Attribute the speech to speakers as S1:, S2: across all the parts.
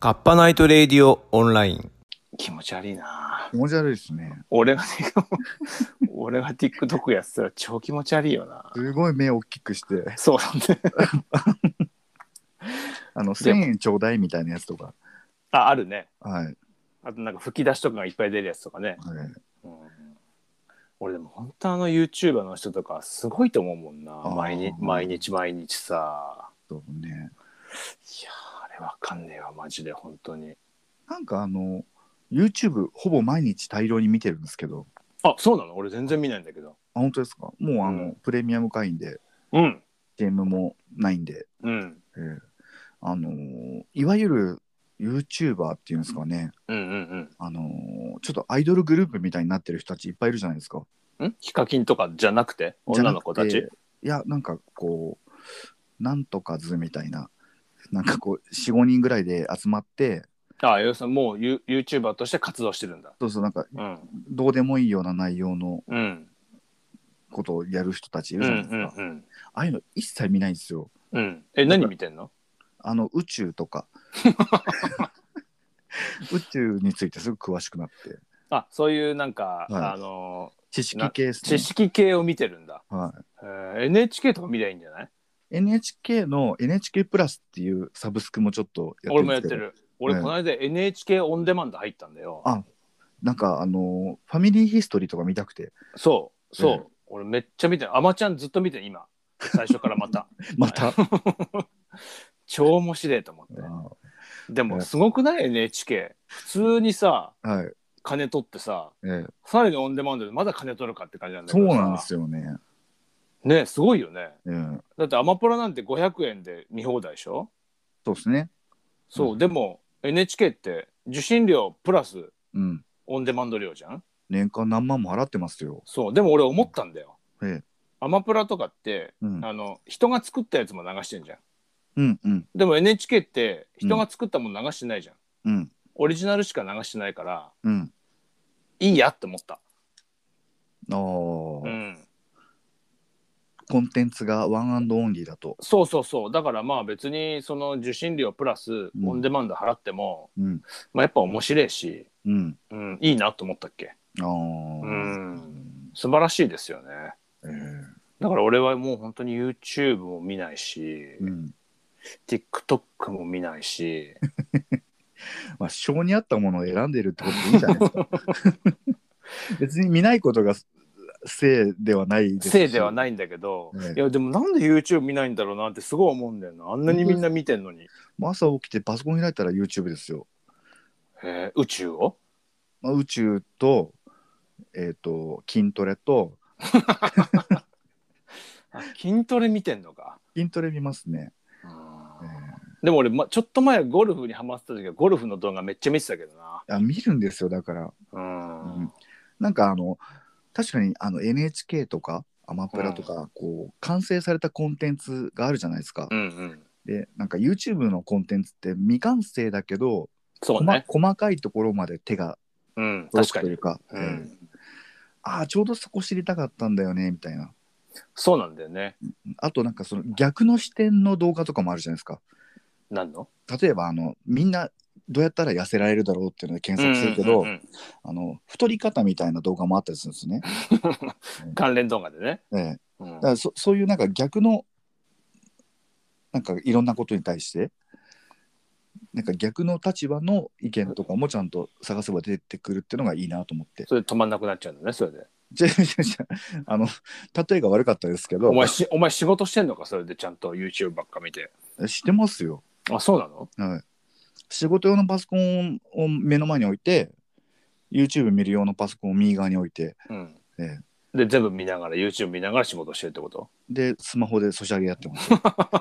S1: カッパナイトレイディオオンライン。
S2: 気持ち悪いな
S3: 気持ち悪いですね。
S2: 俺が、ね、 俺が TikTok やってたら超気持ち悪いよな。
S3: すごい目を大きくして、
S2: そうなんだよ。
S3: あの、1000
S2: でも
S3: 円ちょうだいみたいなやつとか。
S2: あ、あるね。
S3: はい。はい、
S2: あとなんか吹き出しとかがいっぱい出るやつとかね。うん、俺でも本当あの YouTuber の人とかすごいと思うもんな。
S3: あー
S2: 毎日、毎日毎日さ。
S3: そうね。
S2: いやー、あれわかんねえわ、マジで、本当に。
S3: なんかあの、YouTube ほぼ毎日大量に見てるんですけど、
S2: あ、そうなの俺全然見ないんだけど。
S3: あ、本当ですかもうあの、
S2: うん
S3: プレミアム会員で
S2: うん。
S3: ゲームもないんで、
S2: うん。
S3: えーあのーいわゆる YouTuber っていうんですかね、
S2: うんうん
S3: あのーちょっとアイドルグループみたいになってる人たちいっぱいいるじゃないですか。
S2: うん。んヒカキンとかじゃなくて
S3: じ
S2: 女
S3: ゃな
S2: の子
S3: く
S2: た
S3: て
S2: ち
S3: いやなんかこうなんとか図みたいななんかこう45人ぐらいで集まって
S2: あ、要するにもうユ YouTuber として活動してるんだ。
S3: そうそうなんか
S2: うん。
S3: どうでもいいような内容の
S2: うん。
S3: ことをやる人たち
S2: う
S3: い
S2: ん
S3: る
S2: う
S3: じ
S2: ん
S3: ゃないですか、あ
S2: うん。
S3: あいうの一切見ないんですよ
S2: うん。え、何見てんの
S3: あの宇宙 とか宇宙についてすぐ詳しくなって
S2: あ、そういうなんか、
S3: はい
S2: あの
S3: 知識系です
S2: ー、知
S3: ね、
S2: 識系を見てるんだ。
S3: は
S2: えー NHK とか見りゃいいんじゃない
S3: NHK の NHK プラスっていうサブスクもちょっとやってる
S2: 俺
S3: ん
S2: も
S3: で
S2: やっ
S3: すけ
S2: て
S3: ど
S2: る。俺、
S3: はい
S2: この間 NHK オンデマンド入ったんだよ。
S3: あなんかあのファミリーヒストリーとか見たくて
S2: そう、そう。
S3: うん
S2: 俺めっちゃ見てる。アマちゃんずっと見てる、今。最初からまた。
S3: また
S2: 超面白いと思って。
S3: あ
S2: でも、すごくない ?NHK。普通にさ、
S3: ーはい
S2: 金取ってさ、
S3: ええ
S2: さらにオンデマンドでまだ金取るかって感じなんだ
S3: そ
S2: け
S3: う
S2: どさ
S3: なんですよね。
S2: ね、すごいよね。
S3: うん、
S2: だってアマプラなんて500円で見放題でしょ
S3: そうですね。
S2: そう、
S3: う
S2: でも NHK って受信料プラス
S3: うん。
S2: オンデマンド料じゃん
S3: 年間何万も払ってますよ。
S2: そう、でも俺思ったんだよ。
S3: ええ
S2: アマプラとかって、
S3: うん。
S2: あの、人が作ったやつも流してんじゃん。
S3: うんうん
S2: でも NHK って人が作ったもの流してないじゃん。
S3: うん
S2: オリジナルしか流してないから、
S3: うん。
S2: いいやって思った。
S3: ああ、
S2: うん。
S3: コンテンツがワンアンドオンリーだと。
S2: そうそうそう。だからまあ別にその受信料プラス
S3: ん
S2: オンデマンド払っても、
S3: うん
S2: まあやっぱ面白いし、
S3: うん。
S2: うん、いいなと思ったっけ。
S3: ああ。
S2: うん素晴らしいですよね。
S3: え
S2: だから俺はもう本当に YouTube も見ないし、
S3: えうん。
S2: TikTok も見ない し、
S3: まあ性に合ったものを選んでるってことでいいんじゃないです か。別に見ないことが性ではないですし
S2: せいではないんだけど、
S3: ええ
S2: いやでもなんで YouTube 見ないんだろうなってすごい思うんだよな。あんなにみんな見てんのに。
S3: もう朝起きてパソコン開いたら YouTube ですよ。
S2: えー宇宙を
S3: まあ、宇宙とえっ、と筋トレと
S2: あ筋トレ見てんのか。
S3: 筋トレ見ますね。ええ
S2: でも俺、ま、ちょっと前ゴルフにハマってた時はゴルフの動画めっちゃ見てたけどな。
S3: あ見るんですよだから
S2: うん。
S3: うんなんかあの確かにあの NHK とかアマプラとか、こう完成されたコンテンツがあるじゃないですか、
S2: うんうん。
S3: でなんか YouTube のコンテンツって未完成だけど、
S2: そう
S3: ま
S2: ね。
S3: 細かいところまで手が
S2: うん。確
S3: 届
S2: か
S3: くとい
S2: に。
S3: うか
S2: う
S3: えー
S2: ん。
S3: ああちょうどそこ知りたかったんだよねみたいな
S2: そうなんだよね。
S3: あとなんかその逆の視点の動画とかもあるじゃないですか
S2: なんの
S3: 例えばあのみんなどうやったら痩せられるだろうっていうので検索するけど、
S2: うんうんうんうん
S3: あの太り方みたいな動画もあったりするんですね。
S2: 関連動画でね。
S3: ええ
S2: うん
S3: だからそそういうなんか逆のなんかいろんなことに対してなんか逆の立場の意見とかもちゃんと探せば出てくるっていうのがいいなと思って。
S2: それ止まんなくなっちゃうんだね、それで。
S3: じゃ じゃじゃあの例えが悪かったですけど
S2: お前し、お前仕事してんのか、それでちゃんと YouTube ばっか見て。
S3: 知ってますよ、
S2: あ、そうなの
S3: はい。仕事用のパソコンを目の前に置いて YouTube 見る用のパソコンを右側に置いて
S2: うん。
S3: え
S2: で、全部見ながら、YouTube 見ながら仕事してるってこと
S3: でスマホでソシャゲやってます。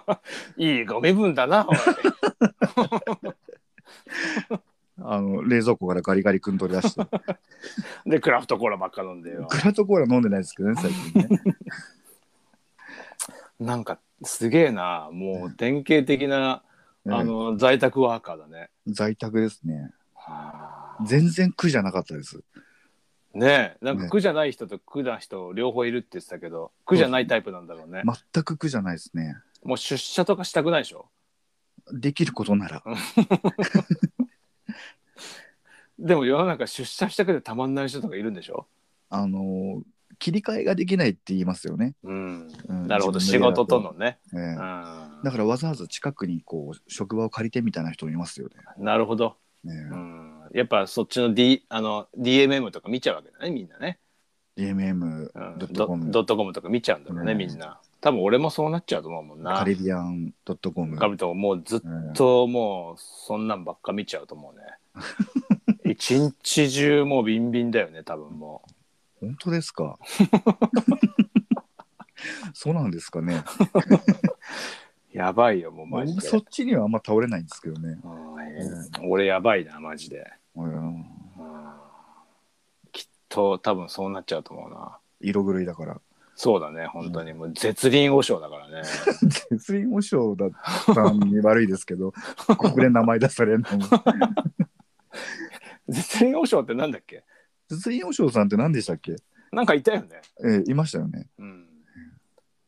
S2: いいご身分だな、おい
S3: あの冷蔵庫からガリガリ君取 り出して
S2: で、クラフトコーラばっか飲んでよ。
S3: クラフトコーラ飲んでないですけどね最近ね。
S2: なんかすげえなもう典型的な、 あの在宅ワーカーだね。
S3: うん在宅ですね。全然苦じゃなかったです。
S2: ねえなんか
S3: ね
S2: 苦じゃない人と苦な人両方いるって言ってたけど苦じゃないタイプなんだろうね。
S3: 全く苦じゃないですね。
S2: もう出社とかしたくないでしょ
S3: できることなら。
S2: でも世の中出社したくてたまんない人とかいるんでしょ
S3: あの切り替えができないって言いますよね。
S2: うん。
S3: うん
S2: なるほど、
S3: 自
S2: 仕
S3: 分
S2: 事とのね。う
S3: 家だとええ
S2: ん。
S3: だからわざわざ近くにこう職場を借りてみたいな人もいますよね。
S2: なるほど。
S3: ね
S2: うん。やっぱそっちの D、あの、DMM とか見ちゃうわけだね、みんなね。
S3: DMM
S2: うん
S3: ド
S2: ド
S3: ットコム
S2: ドットコムとか見ちゃうんだろうね、
S3: うん
S2: みんな。多分俺もそうなっちゃうと思うもんな
S3: カ。リビアンドットコム
S2: ガブともうずっ
S3: うん
S2: ともうそんなんばっか見ちゃうと 思うね。一日中もうビンビンだよね、多分もう。
S3: 本当です かそうなんですかね
S2: やばいよ、もうマジで。
S3: そっちにはあんま倒れないんですけどね、
S2: うん俺やばいな、マジで。
S3: うん
S2: うんきっと多分そうなっちゃうと思うな。
S3: 色狂いだから
S2: そうだね、本当に。もう絶倫和尚だからね。
S3: 絶倫和尚だったんに悪いです けどここで名前出されるのも
S2: 絶倫和尚ってなんだっけ
S3: 絶倫和尚さんって何でしたっけ、
S2: なんかいたよね。
S3: ええいましたよね
S2: うん。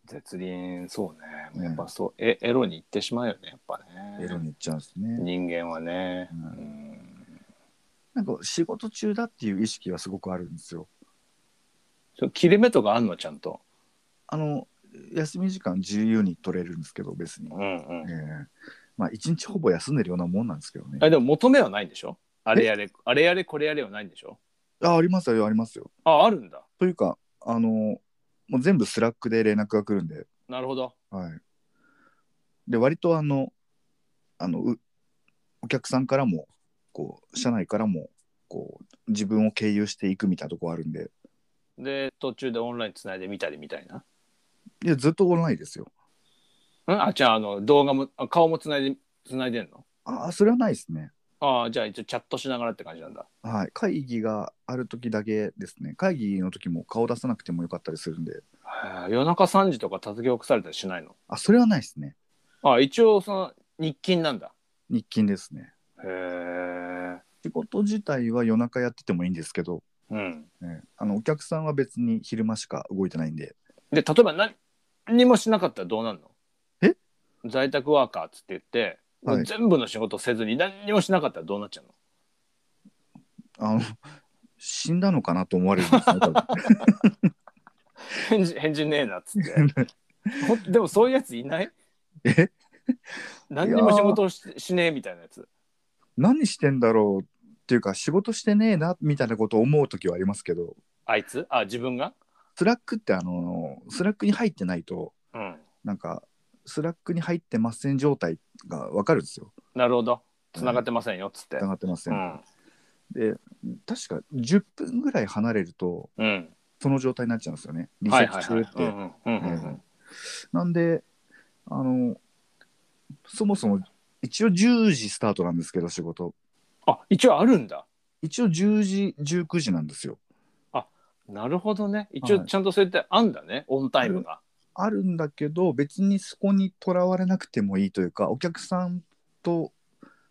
S2: 絶倫、そう
S3: うん
S2: ね。やっぱそう、えエロに行ってしまうよね、やっぱね。
S3: エロに行っちゃうんですね
S2: 人間はね。
S3: う
S2: う
S3: ん
S2: ん
S3: なんか仕事中だっていう意識はすごくあるんですよ
S2: それ切れ目とかあんのちゃんと。
S3: あの休み時間自由に取れるんですけど別に、
S2: うんう
S3: え
S2: ん。
S3: えまあ一日ほぼ休んでるようなもんなんですけどね
S2: えでも求めはないんでしょあれやれ、あれやれこれやれはないんでしょ
S3: あありますよありますよ
S2: あ、あるんだ。
S3: というか、あのもう全部スラックで連絡が来るんで、
S2: なるほど。
S3: はい。で、割とあの、あの、うお客さんからも、こう、社内からも、こう、自分を経由していくみたいなとこあるんで、
S2: で、途中でオンラインつないでみたりみたいな。
S3: いや、ずっとオンラインですよ。
S2: うんあ、じゃあ、あの、動画も、あ顔もつないで、つないでんの
S3: ああ、それはないですね。
S2: ああ、じゃあ一応チャットしながらって感じなんだ。
S3: はい。会議がある時だけですね。会議の時も顔出さなくてもよかったりするんで、
S2: へえ夜中3時とか叩き起こされたりしないの
S3: あ、それはないですね。
S2: あ、一応その日勤なんだ。
S3: 日勤ですね。
S2: へえ。
S3: 仕事自体は夜中やっててもいいんですけど、
S2: うん。
S3: ね、あのお客さんは別に昼間しか動いてないんで、
S2: で、例えば何にもしなかったらどうなんの
S3: え
S2: 在宅ワーカーっつって言って、
S3: はい
S2: もう全部の仕事せずに何にもしなかったらどうなっちゃうの
S3: あの死んだのかなと思われるんですね多分
S2: 返事返事ねえなっつ って。ほんでもそういうやついない
S3: え
S2: 何にも仕事をししねえみたいなやつ。
S3: 何してんだろうっていうか仕事してねえなみたいなことを思う時はありますけど
S2: あいつあ、自分が
S3: スラックってあのスラックに入ってないと
S2: うん。
S3: なんかスラックに入ってません状態が分かるんですよ
S2: なるほど。繋がってませんよっつって。
S3: 繋がってませ、
S2: うんん。
S3: で確か10分ぐらい離れると
S2: うん。
S3: その状態になっちゃうんですよねリセ
S2: はい
S3: ッ
S2: は
S3: ト
S2: い
S3: 中
S2: はい
S3: って、
S2: うんうんうんうんうん。
S3: なんであのそもそも一応10時スタートなんですけど仕事
S2: あ、一応あるんだ。
S3: 一応10時19時なんですよ
S2: なるほどね。一応
S3: はい
S2: ちゃんとそうやってあんだね、オンタイムが。
S3: あるんだけど別にそこにとらわれなくてもいいというかお客さんと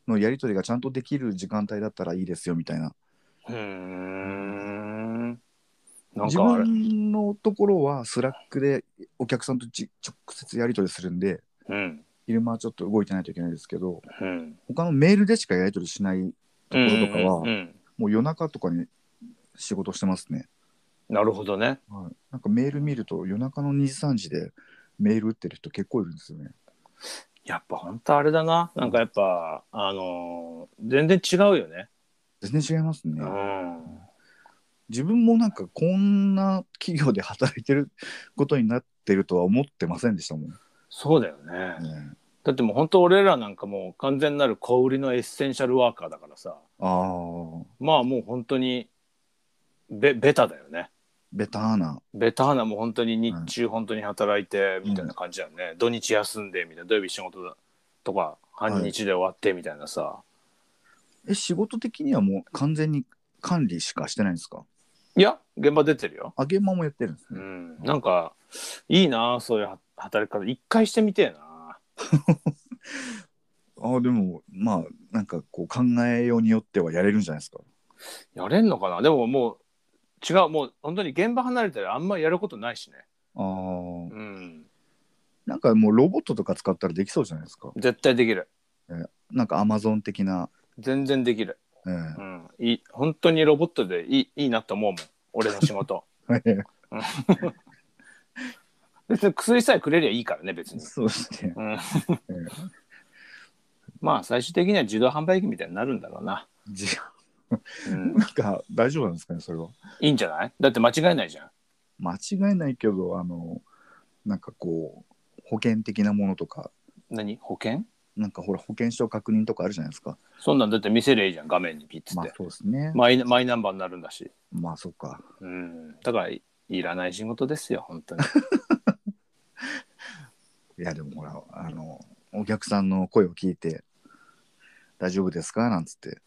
S3: のやり取りがちゃんとできる時間帯だったらいいですよみたいな
S2: うーん。なん
S3: 自
S2: かあれ。
S3: 分のところはスラックでお客さんとじ直接やり取りするんで
S2: うん。
S3: 昼間はちょっと動いてないといけないですけど
S2: うん。
S3: 他のメールでしかやり取りしないところとかは
S2: うんうんうん
S3: もう夜中とかに仕事してますね、
S2: なるほどね。
S3: はい、なんかメール見ると夜中の2時3時でメール打ってる人結構いるんですよね
S2: やっぱ本当あれだな。なんかやっぱ、あのー全然違うよね。
S3: 全然違いますね、
S2: うん。
S3: 自分もなんかこんな企業で働いてることになってるとは思ってませんでしたもん、ね
S2: そうだよね。だってもう本当俺らなんかもう完全なる小売りのエッセンシャルワーカーだからさ。
S3: ああ
S2: まあもう本当に、べ、ベタだよね。
S3: ベターな
S2: ベターなもう本当に日中本当に働いてみたいな感じだよね、土日休んでみたいな土曜日仕事だとか半日で終わってみたいなさ、
S3: え仕事的にはもう完全に管理しかしてないんですか
S2: い、や現場出てるよ、
S3: あ現場もやってるんです
S2: う
S3: ね、
S2: ん、なんかいいなそういう働き方一回してみてえな
S3: ああでもまあなんかこう考えようによってはやれるんじゃないですか
S2: やれんのかなでももう違うもう本当に現場離れたらあんまやることないしね
S3: ああ
S2: うん
S3: なんかもうロボットとか使ったらできそうじゃないですか
S2: 絶対できる
S3: なんかアマゾン的な、
S2: 全然できる、
S3: ええ
S2: うん、いい本当にロボットでいいいいなと思うもん俺の仕事 別に薬さえくれりゃいいからね別に、
S3: そうですね。
S2: うん、 まあ最終的には自動販売機みたいになるんだろうな、
S3: じ
S2: うん、
S3: なんか大丈夫なんですかね、それは。
S2: いいんじゃないだって間違えないじゃん
S3: 間違いないけど、あの、なんかこう、保険的なものとか、
S2: 何保険
S3: なんかほら、保険証確認とかあるじゃないですか。
S2: そんなんだって見せりゃいいじゃん画面にピッつって、
S3: まあそうですね。
S2: マイマイナンバーになるんだし
S3: まあそっか。
S2: うんだからいいらない仕事ですよ本当に
S3: いや、でもほら、あの、お客さんの声を聞いて、大丈夫ですかなんつって。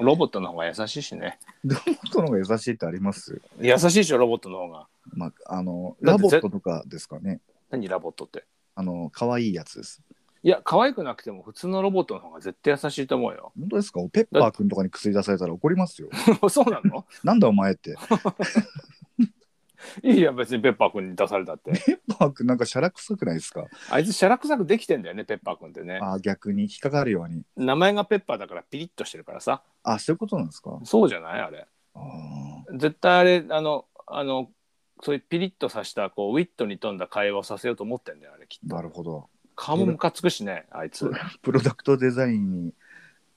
S2: ロボットの方が優しいしね
S3: ロボットの方が優しいってあります
S2: 優しいでしょロボットの方が
S3: まあ、あの、
S2: だ
S3: ラ
S2: って
S3: ボ
S2: ぜ
S3: ットとかですかね。
S2: 何ラボットって
S3: あの、可愛いやつです。
S2: いや可愛くなくても普通のロボットの方が絶対優しいと思うよ
S3: 本当ですかペッパーくんとかに薬出されたら怒りますよ。
S2: そうなの
S3: なんだお前って。
S2: いいや別にペッパーくんに出された って
S3: ペッパーくんなんかシャラ臭くないですか
S2: あいつシャラくさくできてんだよねペッパーくんってね
S3: あー逆に引っかかるように。
S2: 名前がペッパーだからピリッとしてるからさ
S3: あそういうことなんですか
S2: そうじゃないあれ
S3: あ
S2: 絶対あれあのあのそういうピリッとさしたこうウィットに富んだ会話をさせようと思ってんだよあれきっ
S3: ーな
S2: と
S3: るほど。
S2: 顔もムカつくしねあいつ
S3: プロダクトデザインに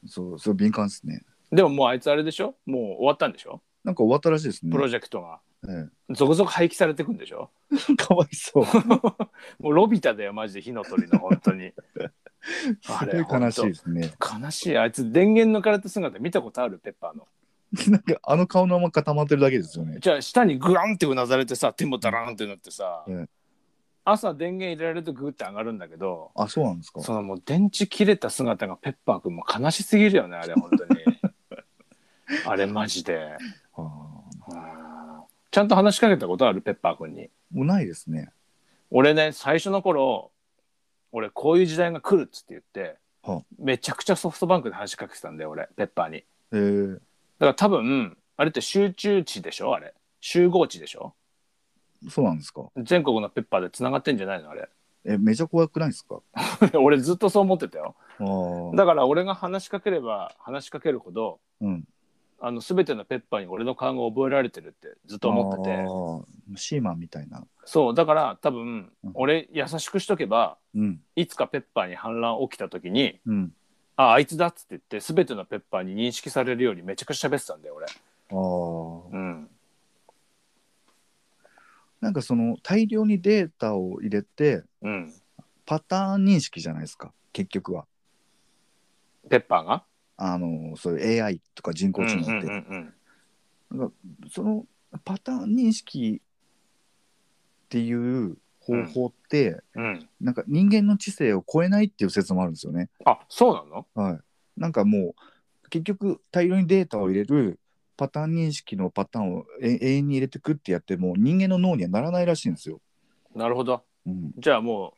S3: そうそう敏感ですね。
S2: でももうあいつあれでしょもう終わったんでしょ
S3: なんか終わったらしいですね。
S2: プロジェクトが、
S3: え
S2: 続々廃棄されてくんでし ょ
S3: えかわい そう。
S2: もうロビタだよマジで火の鳥の本当にあ
S3: す
S2: れ
S3: ごい悲しいですね。
S2: 悲しいあいつ電源抜かれた姿見たことあるペッパーの
S3: なんかあの顔のまま固まってるだけですよね。
S2: じゃあ下にグランってうなされてさ手もダランってなってさ、
S3: うん
S2: 朝電源入れられるとグーって上がるんだけど
S3: あそうなんですか。
S2: そのもう電池切れた姿がペッパーくんも悲しすぎるよねあれ本当に あれマジで
S3: あー
S2: うんちゃんと話しかけたことあるペッパーくんに
S3: もうないですね。
S2: 俺ね最初の頃俺こういう時代が来るっつって言って、
S3: はあ
S2: めちゃくちゃソフトバンクで話しかけてたんだよ俺ペッパーに
S3: えー、
S2: だから多分あれって集中地でしょあれ集合地でしょ
S3: そうなんですか。
S2: 全国のペッパーでつながってんじゃないのあれ
S3: えめちゃ怖くないですか
S2: 俺ずっとそう思ってたよ
S3: ああ。
S2: だから俺が話しかければ話しかけるほど
S3: うん。
S2: あの全てのペッパーに俺の顔が覚えられてるってずっと思ってて
S3: あーシーマンみたいな。
S2: そうだから多分
S3: うん
S2: 俺優しくしとけば
S3: うん。
S2: いつかペッパーに反乱起きた時に
S3: うん。
S2: ああいつだっつって言って全てのペッパーに認識されるようにめちゃくちゃ喋ってたんだよ俺
S3: あ
S2: う
S3: あ。
S2: ん
S3: なんかその大量にデータを入れて
S2: うん
S3: パターン認識じゃないですか結局は
S2: ペッパーが
S3: あのそういう AI とか人工知能って、
S2: うんうんうんうん
S3: そのパターン認識っていう方法って、
S2: うん、
S3: なんか人間の知性を超えないっていう説もあるんですよね。
S2: あそうなの
S3: はい、なんかもう結局大量にデータを入れるパターン認識のパターンをえ永遠に入れてくってやっても人間の脳にはならないらしいんですよ。
S2: なるほど
S3: うん、
S2: じゃあも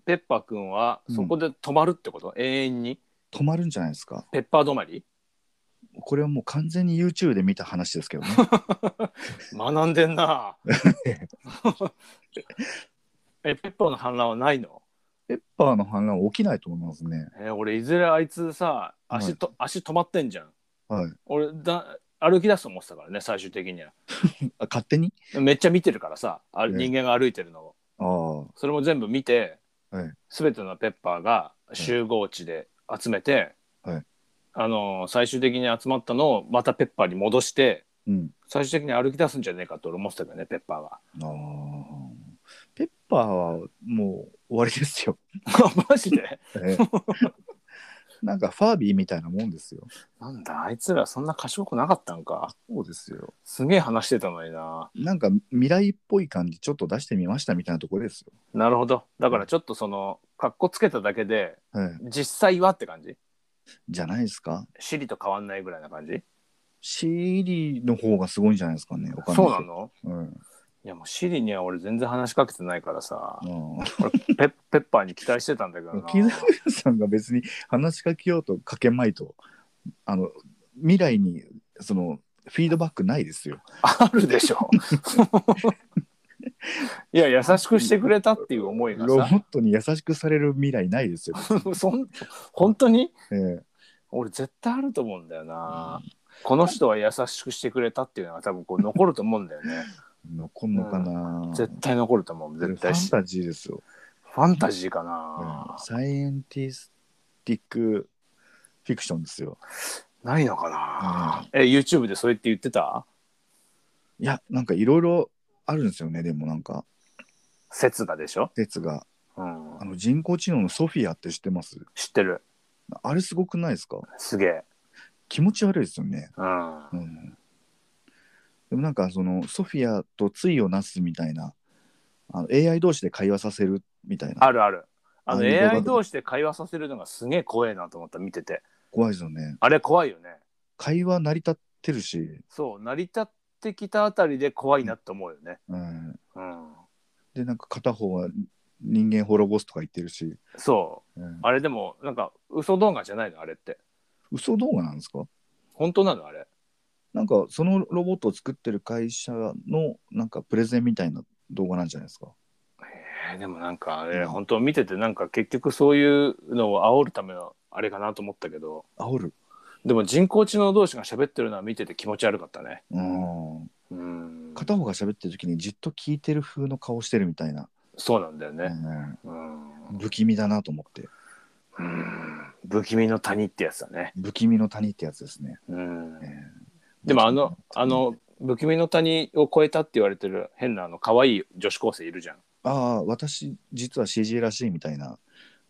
S2: うペッパーくんはそこで止まるってこと、永遠に
S3: 止まるんじゃないですか。
S2: ペッパー止まり
S3: これはもう完全に YouTube で見た話ですけどね。
S2: 学んでんな えペッパーの反乱はないの
S3: ペッパーの反乱は起きないと思いますね。
S2: え俺いずれあいつさ足と、足止まってんじゃん
S3: はい。
S2: 俺だ歩き出すと思ってたからね最終的には
S3: あ勝手に
S2: めっちゃ見てるからさあ
S3: ええ
S2: 人間が歩いてるのを
S3: ああ。
S2: それも全部見て、
S3: はい
S2: 全てのペッパーが集合地で集めて、
S3: はい
S2: あの最終的に集まったのをまたペッパーに戻して
S3: うん。
S2: 最終的に歩き出すんじゃねえかと俺思ってたけどねペッパーは。
S3: ああ。ペッパーはもう終わりですよ。
S2: マジ で
S3: ええなんかファービーみたいなもんですよ。
S2: なんだあいつらそんな賢くなかったんか
S3: そうですよ。
S2: すげえ話してたのにな
S3: なんか未来っぽい感じちょっと出してみましたみたいなところですよ。
S2: なるほどだからちょっとそのかっこつけただけで
S3: ええ
S2: 実際はって感じ
S3: じゃないですか。
S2: シリと変わんないぐらいな感じ
S3: CD の方がすごいんじゃないですかね。わかん
S2: そうないの
S3: けどうん
S2: いやもうシリには俺全然話しかけてないからさ
S3: うん。
S2: 俺ペペッパーに期待してたんだけどな
S3: 木村さんが別に話しかけようとかけまいとあの未来にそのフィードバックないですよ。
S2: あるでしょいや優しくしてくれたっていう思いが
S3: ロボ
S2: さ
S3: ットに優しくされる未来ないですよ。
S2: そん本当に
S3: ええ
S2: 俺絶対あると思うんだよな、この人は優しくしてくれたっていうのが多分こう残ると思うんだよね
S3: 残んのかな、
S2: 絶対残ると思う
S3: これ
S2: 絶
S3: ファ
S2: 対
S3: ン
S2: し
S3: タジーですよ、
S2: ファンタジーか
S3: うん
S2: な、
S3: サイエンティスティックフィクションですよ
S2: ないのかな、え YouTube でそれって言ってた
S3: いやなんかいろいろあるんですよねでもなんか
S2: 説がでしょ、
S3: 説が
S2: うん
S3: あ、の人工知能のソフィアって知ってます
S2: 知ってる
S3: あれすごくないですか
S2: すげえ、
S3: 気持ち悪いですよね
S2: うん、
S3: うんでもなんかそのソフィアと対をなすみたいなあの AI 同士で会話させるみたいな
S2: あるあるあの
S3: あいう動画
S2: AI 同士で会話させるのがすげえ怖いなと思った見てて
S3: 怖いですよね
S2: あれ怖いよね
S3: 会話成り立ってるし、
S2: そう成り立ってきたあたりで怖いなって思うよね
S3: うん、
S2: うん
S3: でなんか片方は人間滅ぼすとか言ってるし、
S2: そう
S3: うん、
S2: あれでもなんか嘘動画じゃないのあれって
S3: 嘘動画なんですか
S2: 本当なのあれ
S3: なんかそのロボットを作ってる会社のなんかプレゼンみたいな動画なんじゃないですか
S2: えーでもなんかあれ本当見ててなんか結局そういうのを煽るためのあれかなと思ったけど
S3: 煽る
S2: でも人工知能同士が喋ってるのは見てて気持ち悪かったね
S3: うん
S2: うん
S3: 片方が喋ってる時にじっと聞いてる風の顔してるみたいな、
S2: そうなんだよね
S3: うん
S2: うん、
S3: 不気味だなと思って
S2: うん、不気味の谷ってやつだね
S3: 不気味の谷ってやつですね、
S2: うん
S3: えー
S2: でもあの、あの、不気味の谷を超えたって言われてる変なあの可愛い女子高生いるじゃん。
S3: ああ私実は CG らしいみたいな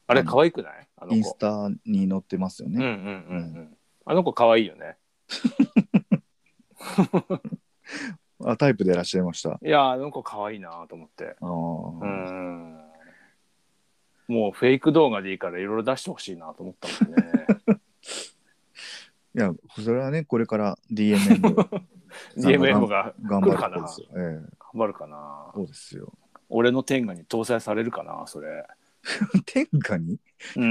S2: あれ
S3: うん
S2: 可愛くないあ
S3: イ
S2: の
S3: ンス
S2: 子。
S3: タに載ってますよ
S2: うんうん
S3: ね、
S2: うんうん。あの子可愛いよね。
S3: あタイプでいらっしゃいました
S2: いやー、あの子可愛いなと思って。
S3: ああ、
S2: うん。もうフェイク動画でいいからいろいろ出してほしいなと思ったもん ね。
S3: いやそれはねこれから DMM さん
S2: DMM が
S3: 頑張るとこですよ、ええ
S2: 頑張るかな
S3: そうですよ
S2: 俺の天下に搭載されるかなそれ。
S3: 天下に
S2: うん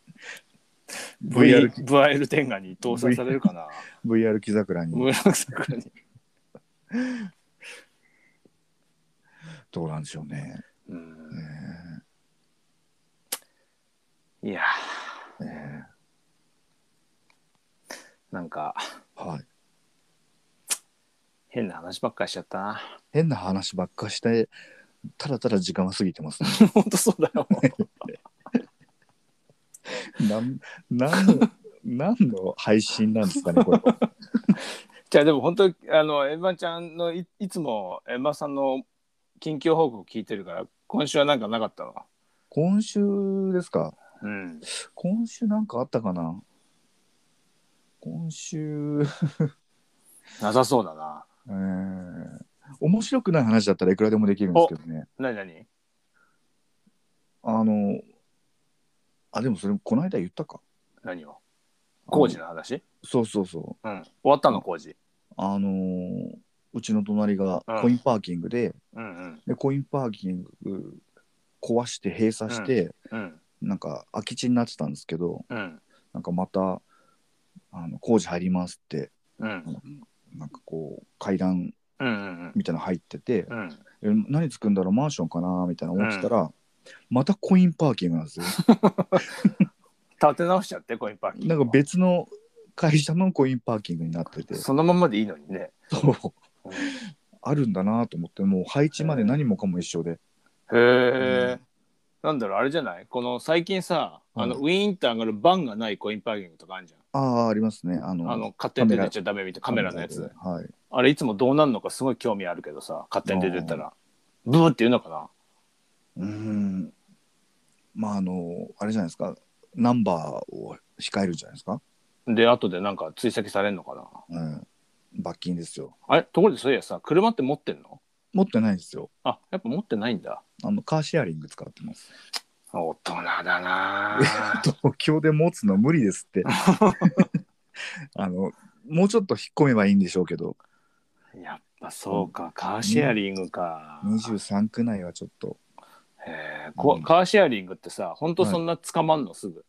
S3: VR
S2: VL 天下に搭載されるか な
S3: VR 木桜に
S2: 村桜に。
S3: どうなんでしょうね、
S2: う
S3: え
S2: んいや
S3: ええ
S2: ーなんか
S3: えはい
S2: 変な話ばっかりしちゃったな
S3: 変な話ばっかしてただただ時間は過ぎてますね
S2: ほんとそうだよ
S3: なんなん の何の配信なんですかねこれは
S2: じゃあでも本当あのエマちゃんのいいつもエマさんの近況報告聞いてるから今週はなんかなかったの
S3: 今週ですか
S2: うん
S3: 今週なんかあったかな今週、
S2: なさそうだな
S3: えー、面白くない話だったらいくらでもできるんですけどね
S2: なになに
S3: あのあでもそれこの間言ったか
S2: 何を工事の話
S3: そうそうそう
S2: うん終わったの工事
S3: あのーうちの隣が
S2: うん
S3: コインパーキングで,、
S2: うんうん
S3: でコインパーキング壊して閉鎖して、
S2: うん
S3: なんか空き地になってたんですけど
S2: うん
S3: なんかまたあの工事入りますって
S2: うん
S3: なんかこう階段
S2: うんうん
S3: みたいなの入ってて、
S2: うん
S3: え何作るんだろうマンションかなみたいな思ってたら、またコインパーキングなんですよ
S2: 立て直しちゃってコインパーキン
S3: な
S2: グ
S3: んか別の会社のコインパーキングになっててそ
S2: そのままでいいのにね、
S3: うあるんだなと思ってもう配置まで何もかも一緒で、
S2: へえ、なんだろうあれじゃないこの最近さ、あの
S3: う
S2: ウィーンって上がるバンがないコインパーキングとかあるじゃ
S3: ああありますねあの
S2: ん、あの勝手に出てっちゃダメみたいなカメラのやつ
S3: はい
S2: あれいつもどうなんのかすごい興味あるけどさ勝手に出てったらブーって言うのかな
S3: うーんまああのあれじゃないですかナンバーを控えるじゃないですか、
S2: で後でなんか追跡されんのかな
S3: うん、罰金ですよ
S2: あれところでそういやさ車って持ってんの
S3: 持ってないですよ
S2: あやっぱ持ってないんだ
S3: あのカーシェアリング使ってます
S2: 大人だな
S3: 東京で持つの無理ですってあのもうちょっと引っ込めばいいんでしょうけど
S2: やっぱそうかカーシェアリングか、
S3: 23区内はちょっと
S2: へえこカーシェアリングってさほんとそんな捕まんのすぐ、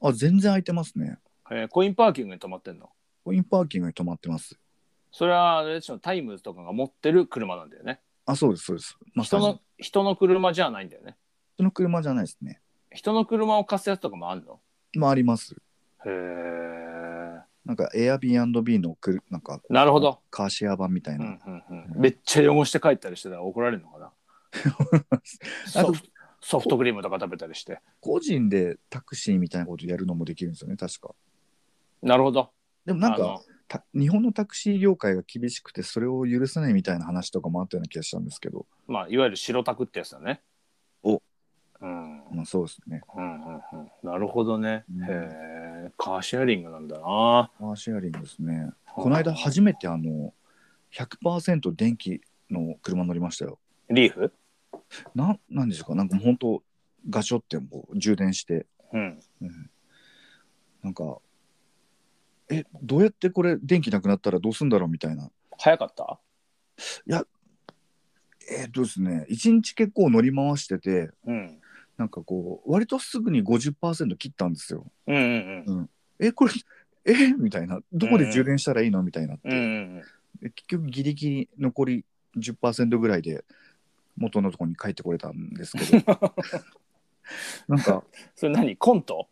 S3: あ全然空いてますね
S2: へえコインパーキングに止まってんの
S3: コインパーキングに止まってます
S2: それはあれでしょタイムズとかが持ってる車なんだよね。
S3: あそうですそうですまさ
S2: 人
S3: に
S2: の人の車じゃないんだよね。
S3: 人の車じゃないですね
S2: 人の車を貸すやつとかもあんの
S3: まああります
S2: へへえ。
S3: なんか Airbnb のくるなんかこう
S2: なるほど。
S3: カーシェア版みたい
S2: うんう
S3: な、
S2: んうん。めっちゃ汚して帰ったりしてたら怒られるの かな。ソフトソフトクリームとか食べたりして。
S3: 個人でタクシーみたいなことやるのもできるんですよね確か
S2: なるほど。
S3: でもなん
S2: あ
S3: か
S2: の
S3: た日本のタクシー業界が厳しくてそれを許さないみたいな話とかもあったような気がしたんですけど、
S2: まあいわゆる白タクってやつだね。
S3: お。
S2: うん。
S3: まあ、そうですね
S2: うんうんうん。なるほどね。
S3: うん
S2: へえ。カーシェアリングなんだな。
S3: カーシェアリングですねこの間初めてあの100%電気の車乗りましたよ
S2: リーフ
S3: ななんでしょうかなんかもう本当ガチョってもう充電して、
S2: うん。
S3: うんなんかえどうやってこれ電気なくなったらどうすんだろうみたいな
S2: 早かった
S3: えっ、とですね一日結構乗り回してて
S2: うん。
S3: なんかこう割とすぐに50%切ったんですよ
S2: うんうん
S3: えこれえみたいなどこで充電したらいいのみたいなって、
S2: うん。うんうんうん。
S3: で結局ギリギリ残り10%ぐらいで元のとこに帰ってこれたんですけどなんか
S2: それ何コント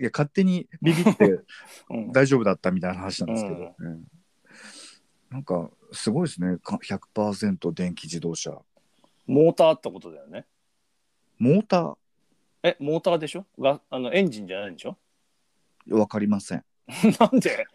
S3: いや勝手にビビって
S2: うん
S3: 大丈夫だったみたいな話なんですけど、うんなんかすごいですねか100%電気自動車
S2: モーターってことだよね。
S3: モータ
S2: え、モーターでしょがあのエンジンじゃないんでしょ
S3: ーわかりません
S2: なんで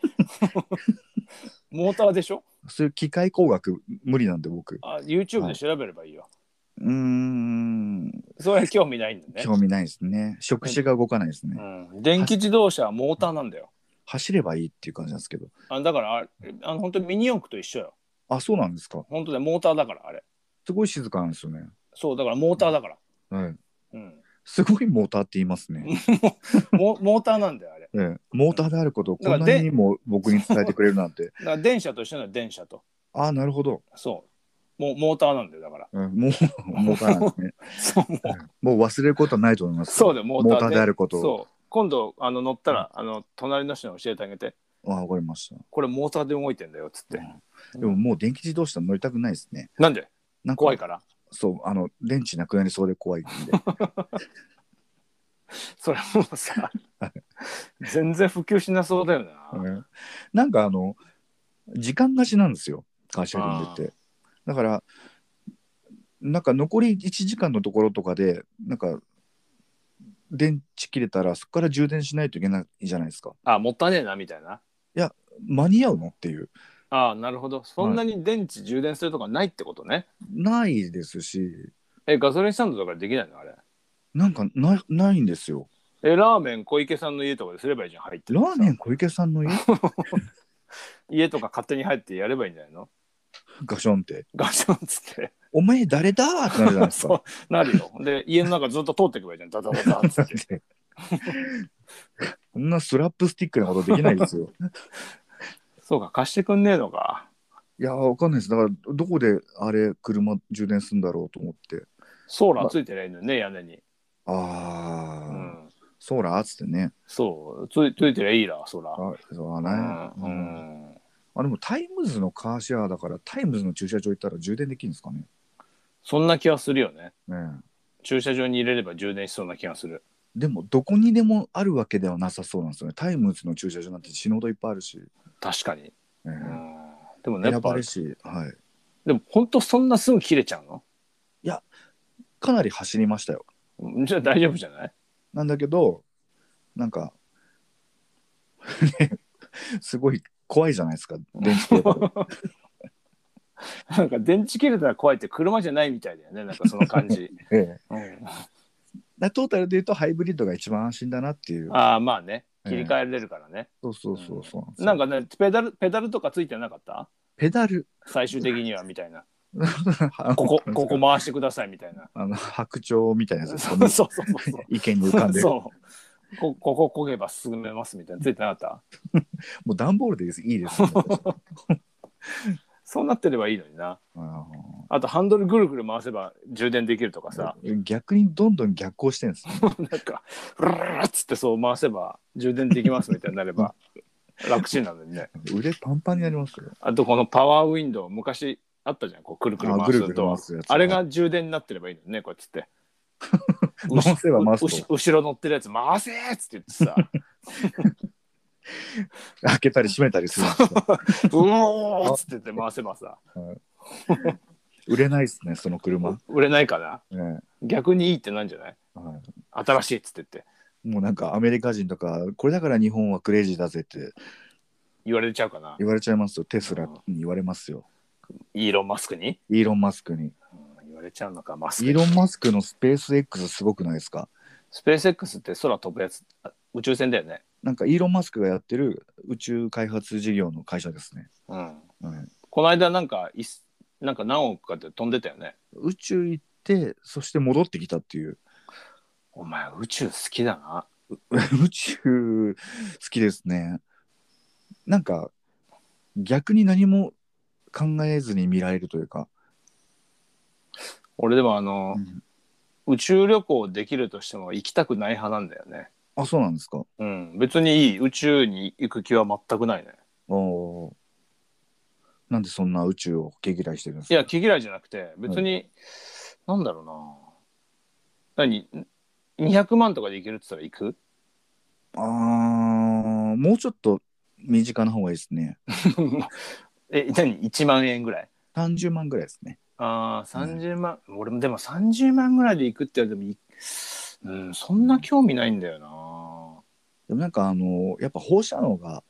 S2: モーターでしょ
S3: そういう機械工学無理なんで僕
S2: あ ?YouTube で調べればいいよ。
S3: うーん
S2: それは興味ないんだね。
S3: 興味ないですね触手が動かないですね、
S2: うん、電気自動車はモーターなんだよ。
S3: 走ればいいっていう感じなんですけど
S2: あだからああの本当にミニ四駆と一緒よ。
S3: あそうなんですか
S2: 本当ねモーターだからあれ。
S3: すごい静かなんですよね
S2: そうだからモーターだから。
S3: はい
S2: うん、
S3: すごいモーターって言います ね。
S2: モモーターなんだよあれ。
S3: ええ、モーターであることをこ
S2: だ
S3: ん
S2: から
S3: な
S2: で
S3: にも僕に伝えてくれるなん て。
S2: だから電車と一緒なの電車と。
S3: ああ、なるほど。
S2: そう。もうモーターなんだよだから。
S3: うん もう、モーターなん ですね。
S2: そうもう
S3: もう忘れることはないと思います。
S2: そうだよモーター
S3: モーターであることを
S2: そう今度あの乗ったら、あの隣の人に教えてあげて
S3: ああ、わかりました。
S2: これモーターで動いてんだよっつって、
S3: でももう電気自動車乗りたくないですね。
S2: なんで
S3: なん
S2: 怖いから
S3: そう、あの、電池なくなりそうで怖いんで。
S2: それもうさ全然普及しなそうだよな、
S3: うんなんかあの、時間貸しなんですよ、カーシェアリングって。だから、なんか残り1時間のところとかで、なんか、電池切れたらそこから充電しないといけないじゃないですか。
S2: あもったいねえなみたいな
S3: 間に合うのっていう
S2: あなるほどそんなに電池充電するとかないってことね、
S3: ないですし
S2: えガソリンスタンドとかできないのあれ
S3: なんかなないんですよ
S2: えラーメン小池さんの家とかですればいいじゃん入って
S3: ラ
S2: る
S3: ーメン小池さんの家
S2: 家とか勝手に入ってやればいいんじゃないの
S3: ガションって
S2: ガシャンっつって
S3: 「お前誰だ!」ってなるじゃないです
S2: そ
S3: か
S2: うなるよで家の中ずっと通っていけばいいじゃんダダダダっつって
S3: で こんなスラップスティックなことできないですよ
S2: そうか貸してくんねえのか
S3: いやーわかんないですだからどこであれ車充電するんだろうと思って
S2: ソーラーついてないのね、屋根に。
S3: あ
S2: う
S3: あ、
S2: ん。
S3: ソーラーっつってね
S2: そう、ついついてりゃいいら、ソーラー。
S3: あそう
S2: う
S3: だね
S2: ん、、う
S3: うん
S2: ん
S3: あでもタイムズのカーシェアだからタイムズの駐車場行ったら充電できるんですかね
S2: そんな気はするよね。
S3: ねえ
S2: 駐車場に入れれば充電しそうな気がする。
S3: でもどこにでもあるわけではなさそうなんですよね。タイムズの駐車場なんて死ぬほどいっぱいあるし、
S2: 確かに。
S3: え
S2: う
S3: ー
S2: ん。でもね、や
S3: 選
S2: っぱ
S3: ばれ、し、はい、
S2: でも本当そんなすぐ切れちゃうの
S3: かなり走りましたよ。
S2: うんじゃあ大丈夫じゃない
S3: なんだけどなんか すごい怖いじゃないですか電池系と
S2: なんか電池切れたら怖いって車じゃないみたいだよね、なんかその感じ。
S3: ええ
S2: うん
S3: だトータルで言うとハイブリッドが一番安心だなっていう
S2: ああ、まあね。切り替えれるからね。
S3: そうそうそうそうなんですよ
S2: なんかね、ペダル、ペダルとかついてなかった
S3: ペダル
S2: 最終的にはみたいな。
S3: あの
S2: ここ、ここ回してくださいみたいな。
S3: あの白鳥みたいなやつ
S2: そ
S3: で
S2: う
S3: す
S2: そ
S3: か
S2: う
S3: ね
S2: そうそう。
S3: 意見に浮かんでも
S2: そう。ここここげば進めますみたいなついてなかった
S3: う段ボールでいいですいいです、ね、
S2: そうなってればいいのにな
S3: あー
S2: あとハンドルぐるぐる回せば充電できるとかさ
S3: 逆にどんどん逆行してるんですね
S2: なんかフルルルルっつってそう回せば充電できますみたいになれ ば楽ちんなのにね
S3: 腕パンパンになりますよ。
S2: あとこのパワーウィンドウ昔あったじゃんこうくるくる
S3: あ
S2: 回
S3: ぐる
S2: す
S3: ぐる
S2: と
S3: 回すやつ
S2: あれが充電になってればいいのにねこうやって
S3: 回せば回
S2: うし
S3: すと
S2: 後ろ乗ってるやつ回せーっつって言って さ
S3: 開けたり閉めたりするんです よ
S2: うおーっつって言って回せばさ
S3: 売れないですねその車、
S2: 売れないかな
S3: ええ
S2: 逆にいいってなんじゃない
S3: は
S2: 新しいっつってって
S3: い、もうなんかアメリカ人とかこれだから日本はクレイジーだぜって
S2: 言われちゃうかな
S3: 言われちゃいますよテスラに言われますよ
S2: イーロン・マスクに、
S3: イーロン・マスク
S2: う
S3: に
S2: ん言われちゃうのかマスク
S3: イー
S2: に
S3: ロン・マスクのスペース X すごくないですか
S2: スペース X って空飛ぶやつあ宇宙船だよね
S3: なんかイーロン・マスクがやってる宇宙開発事業の会社ですね、
S2: うん
S3: うん
S2: この間なんかいすなんか何億かで飛んでたよね
S3: 宇宙行ってそして戻ってきたっていう
S2: お前宇宙好きだな
S3: 宇宙好きですねなんか逆に何も考えずに見られるというか、
S2: 俺でもあの、
S3: うん
S2: 宇宙旅行できるとしても行きたくない派なんだよね
S3: あそうなんですか
S2: うん別にいい宇宙に行く気は全くないね
S3: おーなんでそんな宇宙を毛嫌いしてるんです
S2: い
S3: か
S2: や毛嫌いじゃなくて別に、なんだろうな何200万とかで行けるって言ったら行く
S3: あーもうちょっと身近な方がいいですね
S2: え何1万円ぐらい
S3: 30万ぐらいですね
S2: ああ30万、俺もでも30万ぐらいで行くって言われてもいうんそんな興味ないんだよな
S3: でもなんかあのやっぱ放射能が、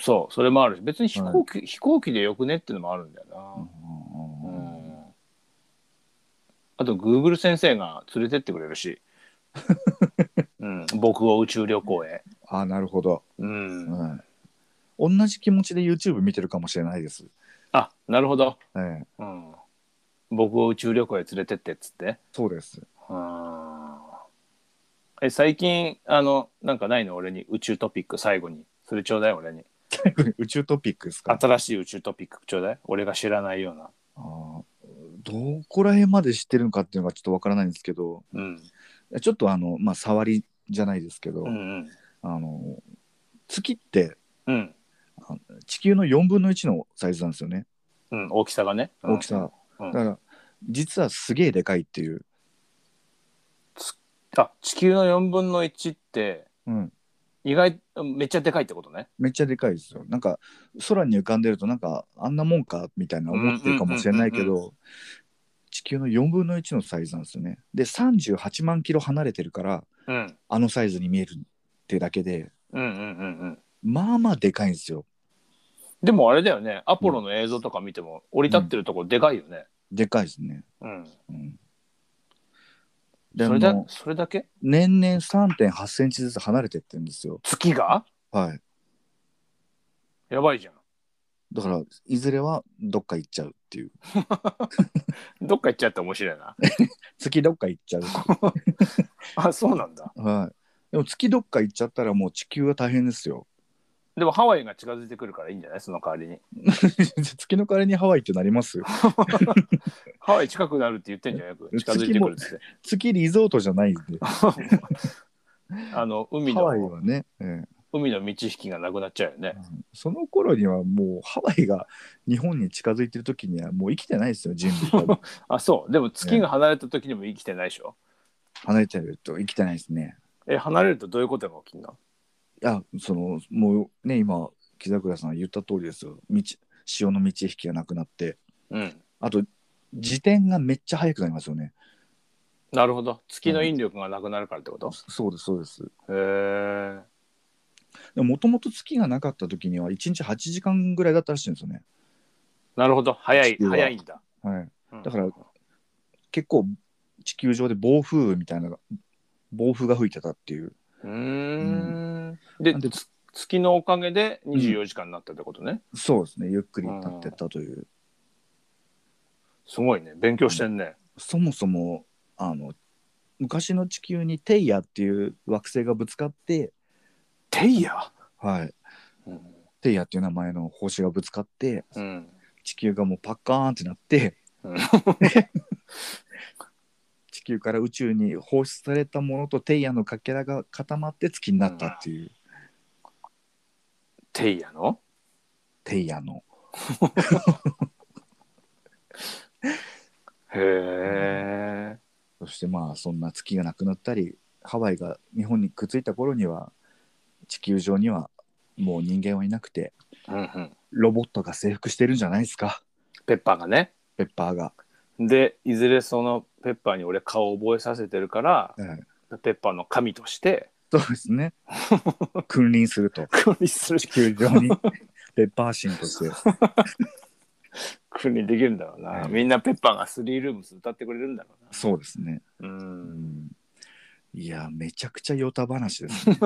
S2: そうそれもあるし別に飛行機、飛行機でよくねっていうのもあるんだよなうん、あとグーグル先生が連れてってくれる し、うん、僕を宇宙旅行へ
S3: ああなるほど、
S2: うん、
S3: うん、同じ気持ちで YouTube 見てるかもしれないです、
S2: あなるほど、
S3: ええ
S2: うん、僕を宇宙旅行へ連れてってっつって
S3: そうです
S2: うんえ最近あのなんかないの俺に宇宙トピック最後にそれちょうだい俺に
S3: 宇宙トピックですか
S2: 新しい宇宙トピックちょうだい俺が知らないような
S3: あーどこら辺まで知ってるのかっていうのがちょっとわからないんですけど
S2: うん
S3: ちょっとあのまあ触りじゃないですけど、
S2: うんうん
S3: あの月って
S2: うん
S3: 地球の4分の1のサイズなんですよね
S2: うん大きさがねうん
S3: 大きさ、
S2: うん
S3: だから実はすげえでかいっていう、
S2: あ地球の4分の1って
S3: うん、
S2: 意外めっちゃでかいってことね
S3: めっちゃでかいですよなんか空に浮かんでるとなんかあんなもんかみたいな思ってるかもしれないけ
S2: うんうんう
S3: ど地球の4分の1のサイズなんですよねで38万キロ離れてるから
S2: うん
S3: あのサイズに見えるってだけで
S2: うんうんうんうん
S3: まあまあでかいんですよ
S2: でもあれだよねアポロの映像とか見ても降り立ってるとこでかいよね
S3: でかいですね、
S2: うん、
S3: うん、で
S2: それだ
S3: も
S2: それだけ
S3: 年々3.8センチずつ離れてってるんですよ
S2: 月が
S3: はい
S2: やばいじゃん
S3: だからいずれはどっか行っちゃうっていう
S2: どっか行っちゃったら面白いな
S3: 月どっか行っ ちゃう
S2: あそうなんだ
S3: はい。でも月どっか行っちゃったらもう地球は大変ですよ。
S2: でもハワイが近づいてくるからいいんじゃないその代わりに。
S3: 月の代わりにハワイってなりますよ。
S2: ハワイ近くなるって言ってんじゃんよく。近づいてくるっつって。
S3: 月リゾートじゃないんで。
S2: あの海
S3: ハワイ
S2: の
S3: はね、ええ
S2: 海の満ち引きがなくなっちゃうよね。
S3: その頃にはもうハワイが日本に近づいてる時にはもう生きてないですよ、人 類多分
S2: あそう。でも月が離れた時にも生きてないでしょ。
S3: 離れてると生きてないですね。
S2: え離れるとどういうことが起きるの
S3: いや、その、もうね、今、木桜さん言った通りですよ。道潮の満ち引きがなくなって。
S2: うん。
S3: あと、自転がめっちゃ速くなりますよね。
S2: なるほど。月の引力がなくなるからってこと、
S3: そうです、そうです。
S2: へえ。
S3: もともと月がなかった時には1日8時間ぐらいだったらしいんですよね。
S2: なるほど。早い
S3: 地球は
S2: 早いんだ。
S3: はい、
S2: うん
S3: だから結構地球上で暴風雨みたいな暴風が吹いてたっていう
S2: うーん。で
S3: なんで
S2: つ月のおかげで24時間になったってことね。
S3: そうですねゆっくりなってったという、
S2: すごいね。勉強してんね。
S3: そもそもあの昔の地球にテイヤっていう惑星がぶつかって、
S2: ていや。
S3: はい、
S2: うん。
S3: テイヤっていう名前の星がぶつかって
S2: うん
S3: 地球がもうパッカーンってなって、
S2: うん
S3: 地球から宇宙に放出されたものとテイヤのかけらが固まって月になったっていう、
S2: ていやの
S3: テイヤの
S2: へえ。
S3: そしてまあそんな月がなくなったりハワイが日本にくっついた頃には地球上にはもう人間はいなくて
S2: うんうん。
S3: ロボットが征服してるんじゃないですか
S2: ペッパーがね。
S3: ペッパーが。
S2: で、いずれそのペッパーに俺顔を覚えさせてるから、
S3: はい
S2: ペッパーの神として、
S3: そうですね君臨する と
S2: 君臨する
S3: 地球上にペッパー神として
S2: 君臨できるんだろうな。
S3: はい
S2: みんなペッパーがスリールームス歌ってくれるんだろうな。
S3: そうですね
S2: う。
S3: うんんいやめちゃくちゃヨタ話ですね